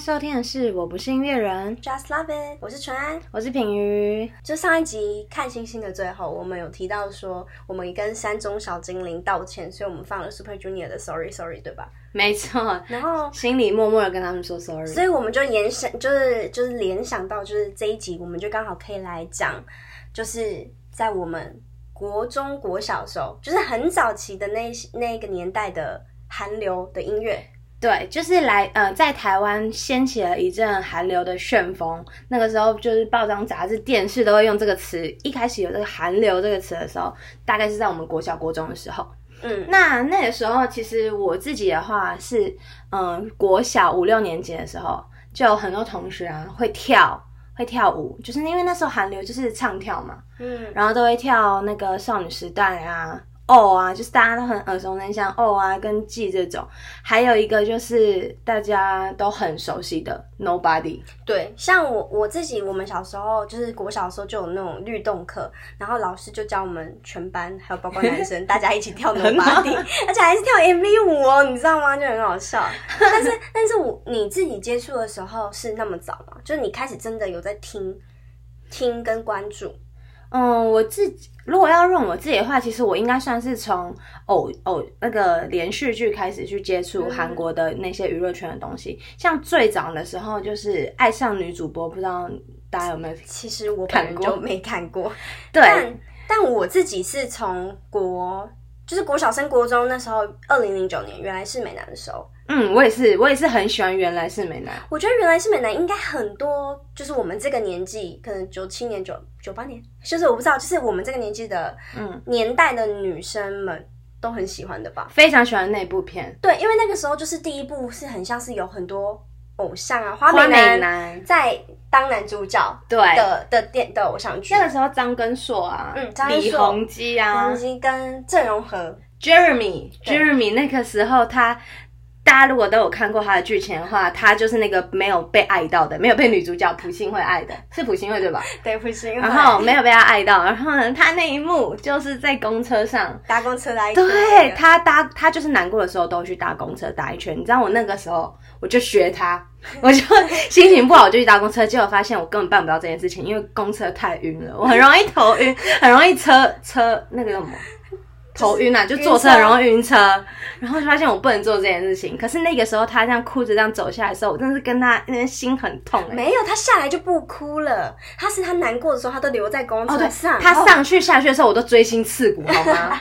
收听的是《我不是音乐人》， Just Love It，我是纯安。我是品瑜。就上一集看星星的最后，我们有提到说我们跟山中小精灵道歉，所以我们放了 Super Junior 的 Sorry Sorry，对吧？没错，然后，心里默默的跟他们说 sorry。所以我们就延伸，就是就是联想到，就是这一集我们就刚好可以来讲，就是在我们国中国小的时候，就是很早期的那那一个年代的韩流的音乐。对，就是来呃，在台湾掀起了一阵韩流的旋风。那个时候，就是报章、杂志、电视都会用这个词。一开始有这个“韩流”这个词的时候，大概是在我们国小、国中的时候。嗯，那那个时候，其实我自己的话是，嗯、国小五六年级的时候，就有很多同学啊会跳，会跳舞，就是因为那时候韩流就是唱跳嘛，嗯，然后都会跳那个少女时代啊、哦啊，就是大家都很耳熟能详哦啊跟 G 这种，还有一个就是大家都很熟悉的 Nobody，对，像我我自己，我们小时候就是国小的时候就有那种律动课，然后老师就教我们全班还有包括 男生大家一起跳很好 Nobody，而且还是跳 MV 舞哦，你知道吗？就很 好笑。但是但是我你自己接触的时候是那么早吗？就是你开始真的有在听听跟关注，嗯，我自己如果要论我自己的话，其实我应该算是从偶偶那个连续剧开始去接触嗯韩国的那些娱乐圈的东西。像最早的时候就是爱上女主播，不知道大家有没有听？其实我本人看过就没看过。 对但但我自己是从国就是国小升国中那时候，二零零九年原来是美男的时候。嗯，我也是，我也是很喜欢原来是美男。我觉得原来是美男应该很多，就是我们这个年纪，可能九七年、九九八年，就是我不知道，就是我们这个年纪的嗯，年代的女生们都很喜欢的吧？非常喜欢那部片对，因为那个时候就是第一部是很像是有很多偶像啊，花《花美男男》。在当男主角对，的的电的偶像剧，那个时候张根硕啊，嗯张根硕李弘基啊杨基跟郑容和， ，Jeremy 对 Jeremy 那个时候他。大家如果都有看过他的剧情的话，他就是那个没有被爱到的，没有被女主角朴信惠爱的，是朴信惠对吧？ 对，不是，然后没有被他爱到，然后呢，他那一幕就是在公车上，搭公车来，对他搭他就是难过的时候都会去搭公车搭一圈。你知道我那个时候我就学他， 我就心情不好就去搭公车，结果发现我根本办不到这件事情，因为公车太晕了，我很容易头晕，很容易车车那个叫什么。头晕啊，就坐车很容易晕车，然后就发现我不能做这件事情。可是那个时候他这样哭着这样走下来的时候，我真的是跟他那心很痛、欸。没有，他下来就不哭了。他是他难过的时候，他都留在公哦，对车上。，他上去下去的时候我都锥心刺骨，好吗？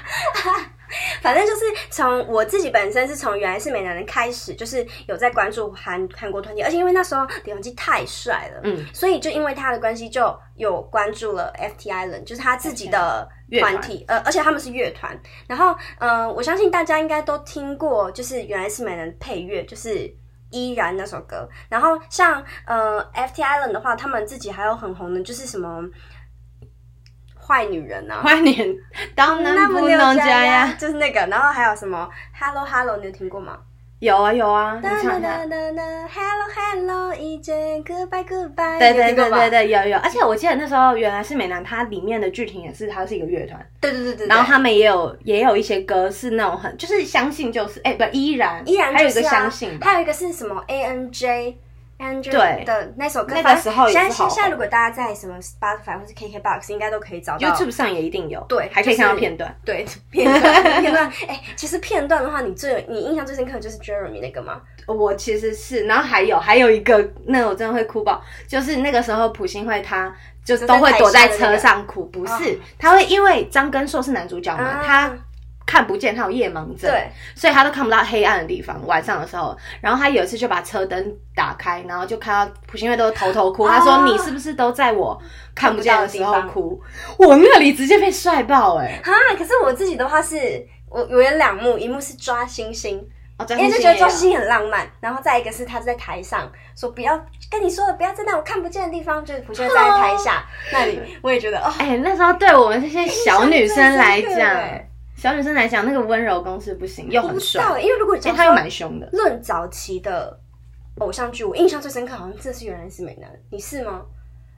反正就是从我自己本身是从原来是美男人开始，就是有在关注韩韩国团体，而且因为那时候李弘基太帅了， 嗯，所以就因为他的关系就有关注了 FT Island，就是他自己的乐团团体，呃，而且他们是乐团。然后，呃，我相信大家应该都听过，就是原来是美人配乐，就是。依然那首歌，然后像呃 FT Island 的话，他们自己还有很红的，就是什么坏女人啊，快点，当那能么不牛能家家呀？就是那个，然后还有什么 Hello Hello，你有听过吗？有啊有啊，你哒哒唱一哒下。哒哒 Hello Hello，一见 Goodbye Goodbye，对你有对听过对吧对对，有有，而且我记得那时候原来是美男，它里面的剧情也是，它是一个乐团，对对对对，然后他们也有也有一些歌是那种很就是相信就是，哎不依然依然还有一就是个啊相信吧，还有一个是什么 A N J。N J 对的那首歌，那个反正时候也是现在好红现在如果大家在什么 Spotify 或是 KKBox，应该都可以找到 YouTube 上也一定有，对还可以就是看到片段。对片段片段。 哎、其实片段的话，你最你印象最深刻的就是 Jeremy 那个吗？我其实是，然后还有还有一个，那我真的会哭爆，就是那个时候朴信惠她就是都会躲在车上哭，不是，她会因为张根硕是男主角嘛，啊哦他看不见，他有夜盲症，对，所以他都看不到黑暗的地方，晚上的时候，然后他有一次就把车灯打开，然后就看到朴信惠都偷偷哭，哦他说你是不是都在我看不见的时候看不哭？我那里直接被帅爆哎、欸，哈，可是我自己的话是，我我有两幕，一幕是抓星星，哦，张因为艺就兴觉得也有周星星很浪漫，然后再一个是他在台上说不要跟你说了，不要在那种看不见的地方，就是朴信惠站在台哦下、那里，我也觉得哦，哎、那时候对我们这些小女生来印象最深刻讲哎，小女生来讲，那个温柔攻势不行，又我很不知帅，道，因为如果因讲为他又说蛮凶的。论早期的偶像剧，我印象最深刻好像这是《原来是美男》，你是吗？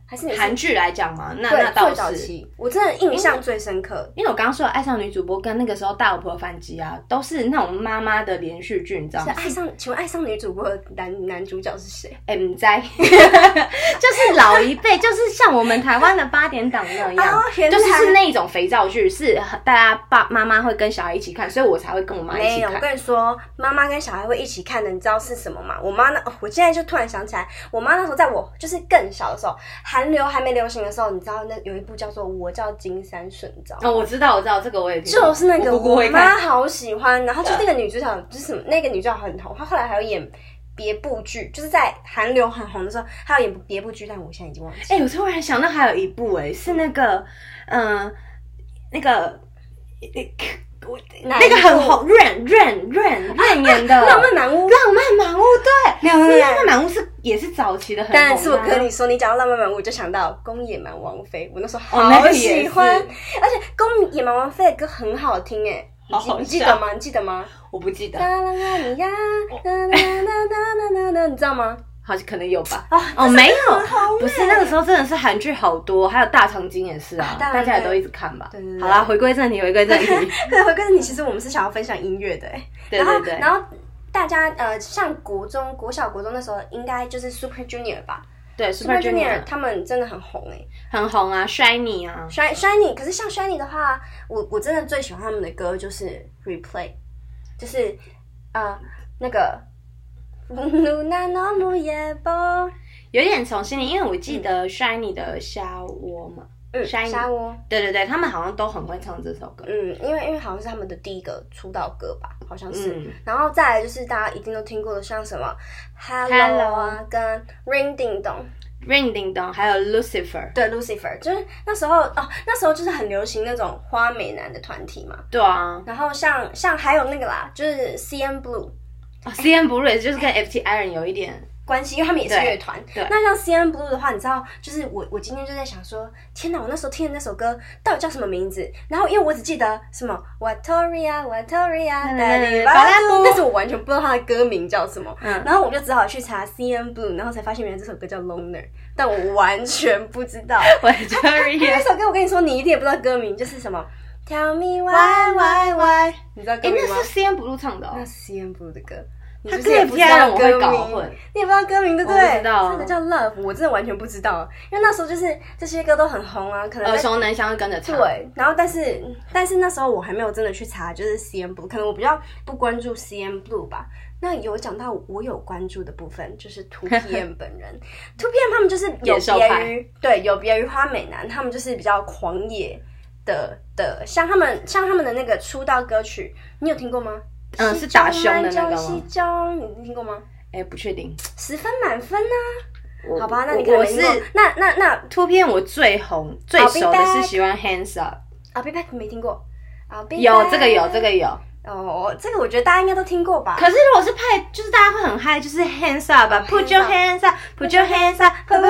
还是你是韩剧来讲嘛，那那对倒最早是。期，我真的印象最深刻。因为我刚刚说的《爱上女主播》跟那个时候《大老婆反击》啊，都是那种妈妈的连续剧，你知道是吗？爱上，请问爱上女主播的男男主角是谁？ M 灾，就是老一辈，就是像我们台湾的八点档那样，哦原来就是是那种肥皂剧，是大家爸妈妈会跟小孩一起看，所以我才会跟我妈一没起有，我看。跟你说，妈妈跟小孩会一起看的，你知道是什么吗？我妈那，哦我现在就突然想起来，我妈那时候在我就是更小的时候，韩流还没流行的时候，你知道那有一部叫做《我叫金三顺》，你知道吗？哦，我知道，我知道，这个我也听过就是那个我姑姑我会看妈好喜欢，然后就那个女主角就是什么，那个女主角很红，她后来还有演别部剧，就是在韩流很红的时候，还有演别部剧，但我现在已经忘记。哎、我突然想到还有一部、哎，是那个，嗯、那个，我哪哎那一个部啊很红，Rain Rain Rain Rain 演的《浪漫满屋，浪漫满屋》对，浪漫因为浪漫满屋是也是早期的很红啊，但是我跟你说，你讲到浪漫满屋，我就想到宫野蛮王妃，我那时候哦那好个也喜欢，是而且宫野蛮王妃的歌很好听哎。你好记好你记笑得吗？你记得吗？我不记得啦，啦啦你呀，啦啦啦啦啦啦啦，你知道吗？好像可能有吧。哦哦，没很红有，不是欸那个时候真的是韩剧好多，还有《大长今》也是 啊，大长大家也今都一直看吧对对。对好啦，回归正题，回归正题。对，我跟你其实我们是想要分享音乐的哎。对 然后对对，然后大家呃，像国中、国小、国中那时候，应该就是 Super Junior 吧对 Super Junior 他们真的很红哎。很红啊，Shiny 啊， Shine Shiny，可是像 Shiny 的话，我我真的最喜欢他们的歌就是 Replay，就是呃那个。努那那木也不，有点从心里，因为我记得 Shiny 的虾窝嘛，嗯， Shiny 沙窝，对对对，他们好像都很会唱这首歌。嗯，因为因为好像是他们的第一个出道歌吧，好像是。嗯然后再来就是大家一定都听过的，像什么 Hello Hello 啊，跟 Ring Ding Dong， Ring Ding Dong，还有 Lucifer，对 Lucifer，就是那时候哦，那时候就是很流行那种花美男的团体嘛。对啊，然后像像还有那个啦，就是 CN Blue，哦 CN Blue 就是跟 FT Iron 有一点，关系，因为他们也是对乐团。对那像 C N Blue 的话，你知道，就是我我今天就在想说，天哪，我那时候听的那首歌到底叫什么名字？然后因为我只记得什么 Watoria Watoria 嗯 d a d d 巴拉布但是我完全不知道它的歌名叫什么。嗯然后我就只好去查 C N Blue，然后才发现原来这首歌叫 Loner，但我完全不知 道。我 那 Julia。首歌我跟你说，你一定也不知道歌名，就是什么 Tell Me Why Why Why， Why Why？你知道歌哎，名吗那？是 CN Blue 唱的哦那。是 C N Blue 的歌。你他就跟是也 FT 不知道 Iron 我会歌搞名混。你也不知道歌名对不我对？不知道这个叫 Love，我真的完全不知道，因为那时候就是这些歌都很红啊，可能耳在。熟能详，跟着唱。，对，然后但是但是那时候我还没有真的去查，就是 C M Blue，可能我比较不关注 C M Blue 吧。那有讲到我有关注的部分，就是 Two P M 本人，Two P M 他们就是有野兽别派于对有别于花美男，他们就是比较狂野的的，像他们像他们的那个出道歌曲，你有听过吗？嗯是打胸的那个吗西中你听过吗？哎，不确定。十分满分呢、我好吧，那你可嗯我我能没是听过那那那突片，我最红最熟的是喜欢 Hands Up， I'll be back 没听过，I'll be 有这个有 back 这个有。哦，这个我觉得大家应该都听过吧？可是如果是派，就是大家会很嗨，就是 Hands Up 啊，Put your hands up，Put your hands up，不不不不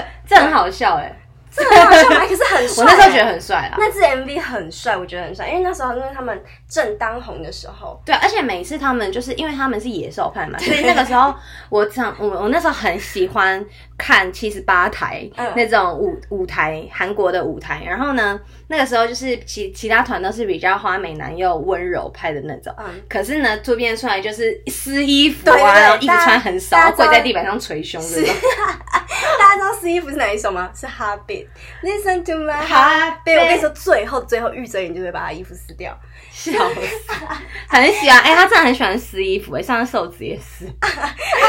不，这很好笑哎。这个很好笑吗？可是很 帅、我那时候觉得很帅啦。那支 MV 很帅，我觉得很帅，因为那时候因为他们正当红的时候，对，而且每次他们就是因为他们是野兽派嘛，所以那个时候我常我我那时候很喜欢看七十八台、嗯那种舞舞台韩国的舞台，然后呢，那个时候就是其其他团都是比较花美男又温柔派的那种。嗯，可是呢，突变出来就是撕衣服对对啊，对然后衣服大家穿很大少，家知道跪在地板上捶胸这种。 大家知道《撕衣服》是哪一首吗？是《Habit》，Listen to my Habit Habit。我跟你说，最后最后，玉泽演就会把他衣服撕掉。 笑死，很喜欢。哎、他真的很喜欢撕衣服、哎，上次瘦子也 是，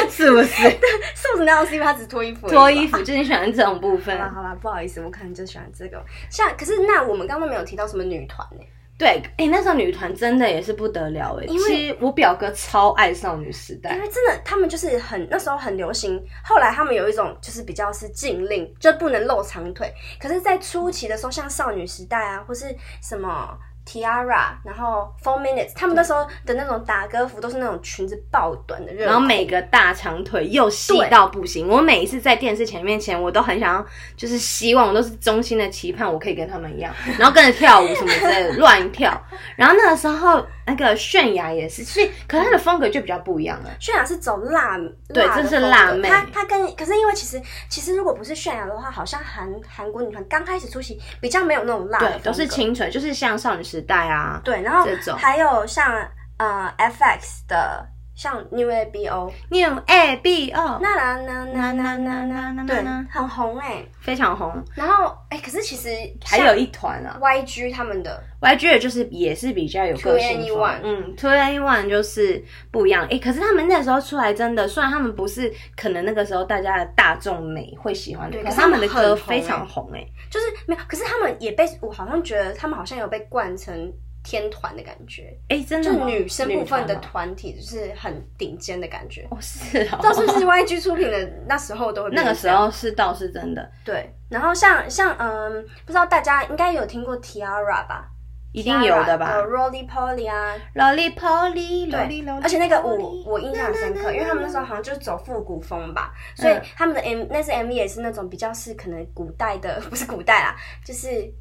是不是？是不是那样？是因为他只脱衣服而已吧，脱衣服就是喜欢这种部分好。啦好啦，不好意思，我可能就喜欢这个。像可是那我们刚刚没有提到什么女团呢、对，哎、那时候女团真的也是不得了哎、因为其实我表哥超爱少女时代因，为真的他们就是很那时候很流行，后来他们有一种就是比较是禁令，就不能露长腿。可是，在初期的时候，像少女时代啊，或是什么。Tiara，然后 Four Minutes，他们那时候的那种打歌服都是那种裙子爆短的热裤，然后每个大长腿又细到不行。我每一次在电视前面前，我都很想要，就是希望我都是衷 心的期盼，我可以跟他们一样，然后跟着跳舞什么之类的乱跳。然后那个时候那个泫雅也是，所以可是她的风格就比较不一样了。泫雅是走辣，对辣的这是风格辣妹她她跟可是因为其实其实如果不是泫雅的话，好像韩韩国女团刚开始出席比较没有那种辣的对，都是风格清纯，就是像少女时代啊，对，然后这种还有像呃 FX 的像 New A B O 念 A B O，那啦那那那那那，那对，很红哎、非常红。然后哎、可是其实还有一团啊 YG 他们的，YG 的就是也是比较有个性风 2NE1 嗯，Two N One 就是不一样。诶，可是他们那时候出来真的，虽然他们不是可能那个时候大家的大众美会喜欢的对，可可是是他们的他们歌很非红欸常红欸诶。就是没有，可是他们也被我好像觉得他们好像有被灌成天团的感觉，诶，真就的吗女生部分的女团吗团体就是很顶尖的感觉。哦是哦，不知道是不是 YG 出品的那时候都会变那个这时样候是倒是真的，对，然后像像嗯，不知道大家应该有听过 Tiara 吧？一定有的 Tiara 吧有 Rolly Polly 啊， ？Lolly Polly，对，而且那个舞我印象很深刻，因为他们那时候好像就是走复古风吧，所以嗯他们的 M 那支 MV 也是那种比较是可能古代的，不是古代啦，就是嘖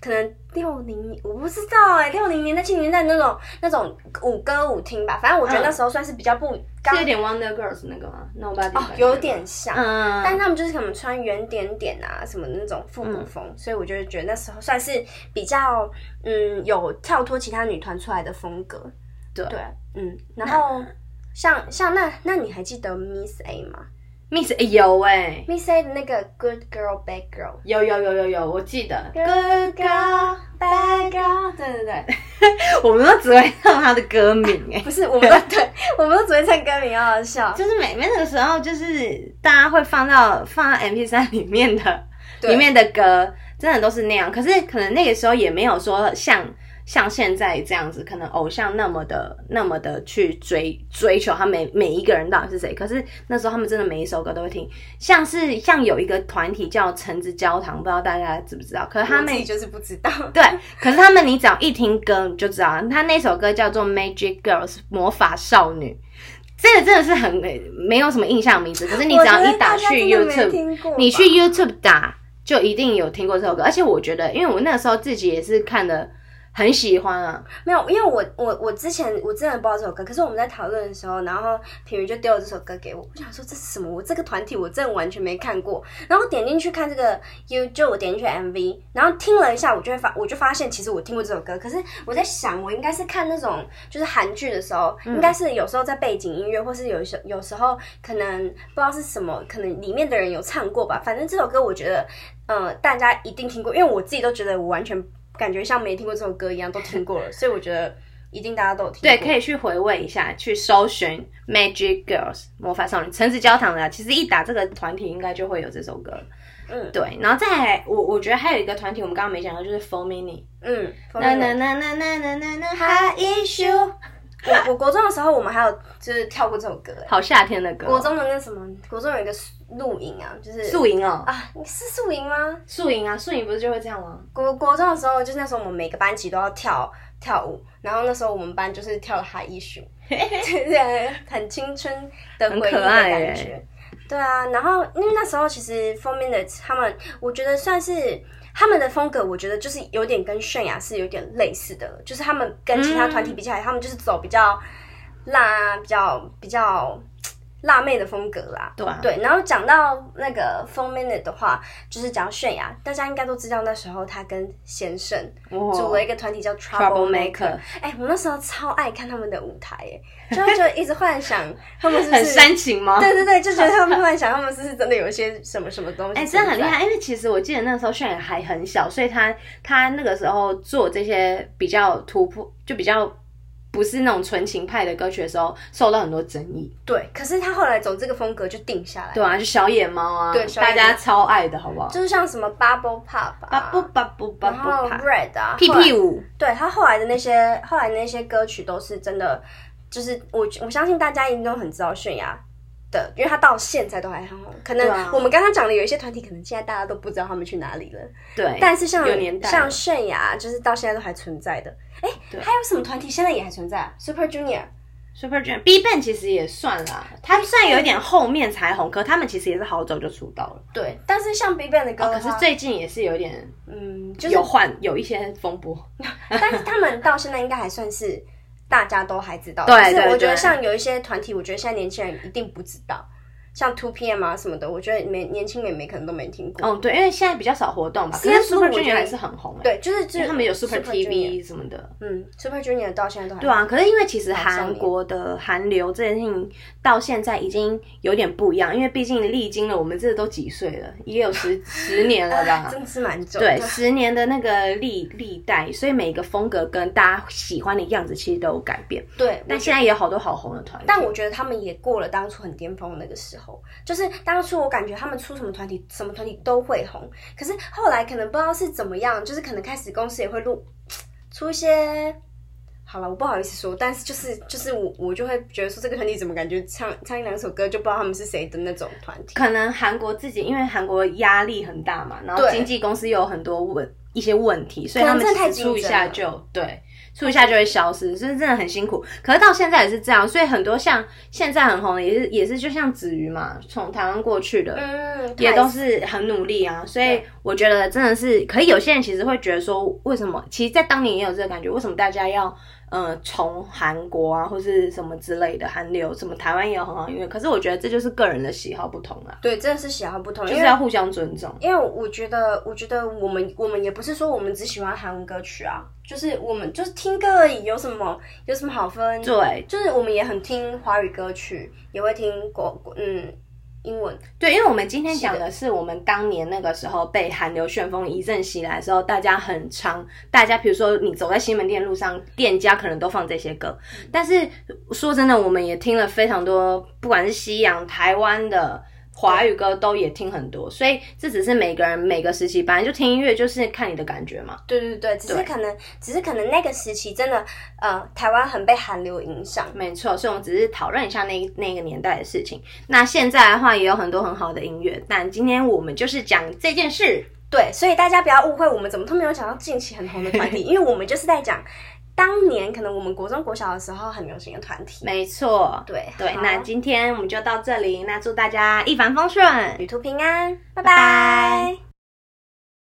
可能六零我不知道哎、六零年代七零年代那种那种舞歌舞厅吧，反正我觉得嗯那时候算是比较不刚是有点 Wonder Girls 那个吗？Nobody 哦感，觉有吗点像。嗯，但是他们就是可能穿圆点点啊什么的那种复古风，嗯所以我就觉得那时候算是比较嗯有跳脱其他女团出来的风格。对对，嗯，然后像像那那你还记得 Miss A 吗 Miss 诶有诶， ？Miss A 的那个 Good Girl Bad Girl。有有有有有，我记得 Good girl, bad girl，对对对，我们都只会唱他的歌名哎、不是我们都 对，我们都只会唱歌名，好好笑。 就是美美那个时候，就是大家会放到放到 M P 三 里面的对里面的歌，真的都是那样。可是可能那个时候也没有说像像现在这样子，可能偶像那么的那么的去追追求他每每一个人到底是谁。可是那时候他们真的每一首歌都会听，像是像有一个团体叫橙子焦糖，不知道大家知不知道？可是他我们自己就是不知道，对，可是他们你只要一听歌你就知道，他那首歌叫做《Magic Girls》魔法少女，这个真的是很没有什么印象名字，可是你只要一打去我觉得大家真的没 YouTube，听过吧你去 YouTube 打就一定有听过这首歌，而且我觉得，因为我那时候自己也是看的很喜欢啊，没有，因为我我我之前我真的不知道这首歌，可是我们在讨论的时候，然后品瑜就丢了这首歌给我，我想说这是什么？我这个团体我真的完全没看过。然后我点进去看这个 You，就我点进去 MV，然后听了一下，我就会发，我就发现其实我听过这首歌，可是我在想，我应该是看那种就是韩剧的时候，嗯应该是有时候在背景音乐，或是有时有时候可能不知道是什么，可能里面的人有唱过吧。反正这首歌我觉得，呃，大家一定听过，因为我自己都觉得我完全感觉像没听过这首歌一样，都听过了，所以我觉得一定大家都有听过。对，可以去回味一下，去搜寻 Magic Girls 魔法少女橙子焦糖的啊，其实一打这个团体应该就会有这首歌，嗯对，然后再来我我觉得还有一个团体我们刚刚没讲到，就是 Four Mini。嗯，那那那那那那那那 high issue，我我国中的时候，我们还有就是跳过这首歌、欸。好夏天的歌哦，国中的那什么，国中有一个露营啊，就是宿营哦，啊，你是宿营吗？宿营啊，宿营不是就会这样吗？国国中的时候，就是那时候我们每个班级都要跳跳舞，然后那时候我们班就是跳了哈艺术，就是 很青春的回忆很的可爱感觉欸。对啊，然后因为那时候其实封面的他们，我觉得算是他们的风格，我觉得就是有点跟泫雅是有点类似的，就是他们跟其他团体比起嗯来，他们就是走比较辣、比较比较辣妹的风格啦。对啊，对，然后讲到那个 Four Minute 的话，就是讲泫雅，大家应该都知道那时候她跟先生组了一个个团体叫 Trouble Trouble Maker Maker。，哎、我那时候超爱看他们的舞台，哎，就会就一直 幻想他们是不很啊是。煽情吗？对对对，就觉得他们幻想他们是不是真的有一些什么什么东西。哎、真的很厉。害，因为其实我记得那时候炫还很小，所以他他那个时候做这些比较突破，就比较不是那种纯情派的歌曲的时候，受到很多争议。对，可是他后来走这个风格就定下来，对啊，就小野猫啊，对小野大猫家超爱的好不好？就是像什么 Bubble Pop 巴啊，布巴布巴然后布啪， Red 啊，屁后来屁舞，对他后来的那些后来那些歌曲都是真的，就是我我相信大家一定都很知道泫雅的，因为他到现在都还很红。可能对啊我们刚刚讲的有一些团体，可能现在大家都不知道他们去哪里了。对，但是像有年代像了泫雅，就是到现在都还存在的。哎、对还有什么团体现在也还存在啊？Super Junior， Super Junior、B Ban 其实也算啦，他虽然有一点后面才红，可他们其实也是好早就出道了。对。但是像 BigBang 的歌哦，的可话、是最近也是有点嗯，就是有换有一些风波。但是他们到现在应该还算是大家都还知道。对但是对我觉得对像有一些团体，我觉得现在年轻人一定不知道，像 Two PM 啊什么啊的，我觉得没年轻妹妹可能都没听过。哦，对，因为现在比较少活动吧。可 CS 是 Super 啊我觉得 Junior 还是很红哎、对，就是就因为是他们有 Super Junior， TV 什么的。嗯，Super Junior 到现在都还对啊，可是因为其实少韩年国的韩流这件事情到现在已经有点不一样，因为毕竟历经了我们这都几岁了，也有十 十年了吧。真的是蛮久。啊对，十年的那个历历代，所以每个风格跟大家喜欢的样子其实都有改变。对，但现在也有好多好红的团体，但我觉得他们也过了当初很巅峰的那个时候，就是当初我感觉他们出什么团体，什么团体都会红。可是后来可能不知道是怎么样，就是可能开始公司也会录出一些，好了，我不好意思说，但是就是就是我我就会觉得说这个团体怎么感觉唱唱一两首歌就不知道他们是谁的那种团体。可能韩国自己因为韩国压力很大嘛，然后对经纪公司又有很多问一些问题，所以他们可能真的太其实出一竞争下了就对。出一下就会消失，所以真的很辛苦。可是到现在也是这样，所以很多像现在很红的也是也是，就像子瑜嘛，从台湾过去的，嗯，也都是很努力啊，所以我觉得真的是，可以有些人其实会觉得说，为什么？其实，在当年也有这个感觉，为什么大家要呃从韩国啊，或是什么之类的韩流，什么台湾也有很好音乐，可是我觉得这就是个人的喜好不同啦，对，真的是喜好不同，就因是为要互相尊重。因为我觉得，我觉得我们我们也不是说我们只喜欢韩文歌曲啊，就是我们就是听歌而已，有什么有什么好分？对就是我们也很听华语歌曲，也会听国国嗯英文，对，因为我们今天讲的是我们当年那个时候被韩流旋风一阵袭来的时候，大家很常，大家比如说你走在西门店路上，店家可能都放这些歌，但是说真的，我们也听了非常多，不管是西洋、台湾的。华语歌都也听很多，所以这只是每个人每个时期，本来就听音乐就是看你的感觉嘛。对对对，只是对可能只是可能那个时期真的呃台湾很被韩流影响，没错，所以我们只是讨论一下那那个年代的事情。那现在的话也有很多很好的音乐，但今天我们就是讲这件事。对，所以大家不要误会，我们怎么都没有讲到近期很红的 团体，因为我们就是在讲当年可能我们国中国小的时候很流行的团体。没错，对对好，那今天我们就到这里，那祝大家一帆风顺。旅途平安，拜拜拜拜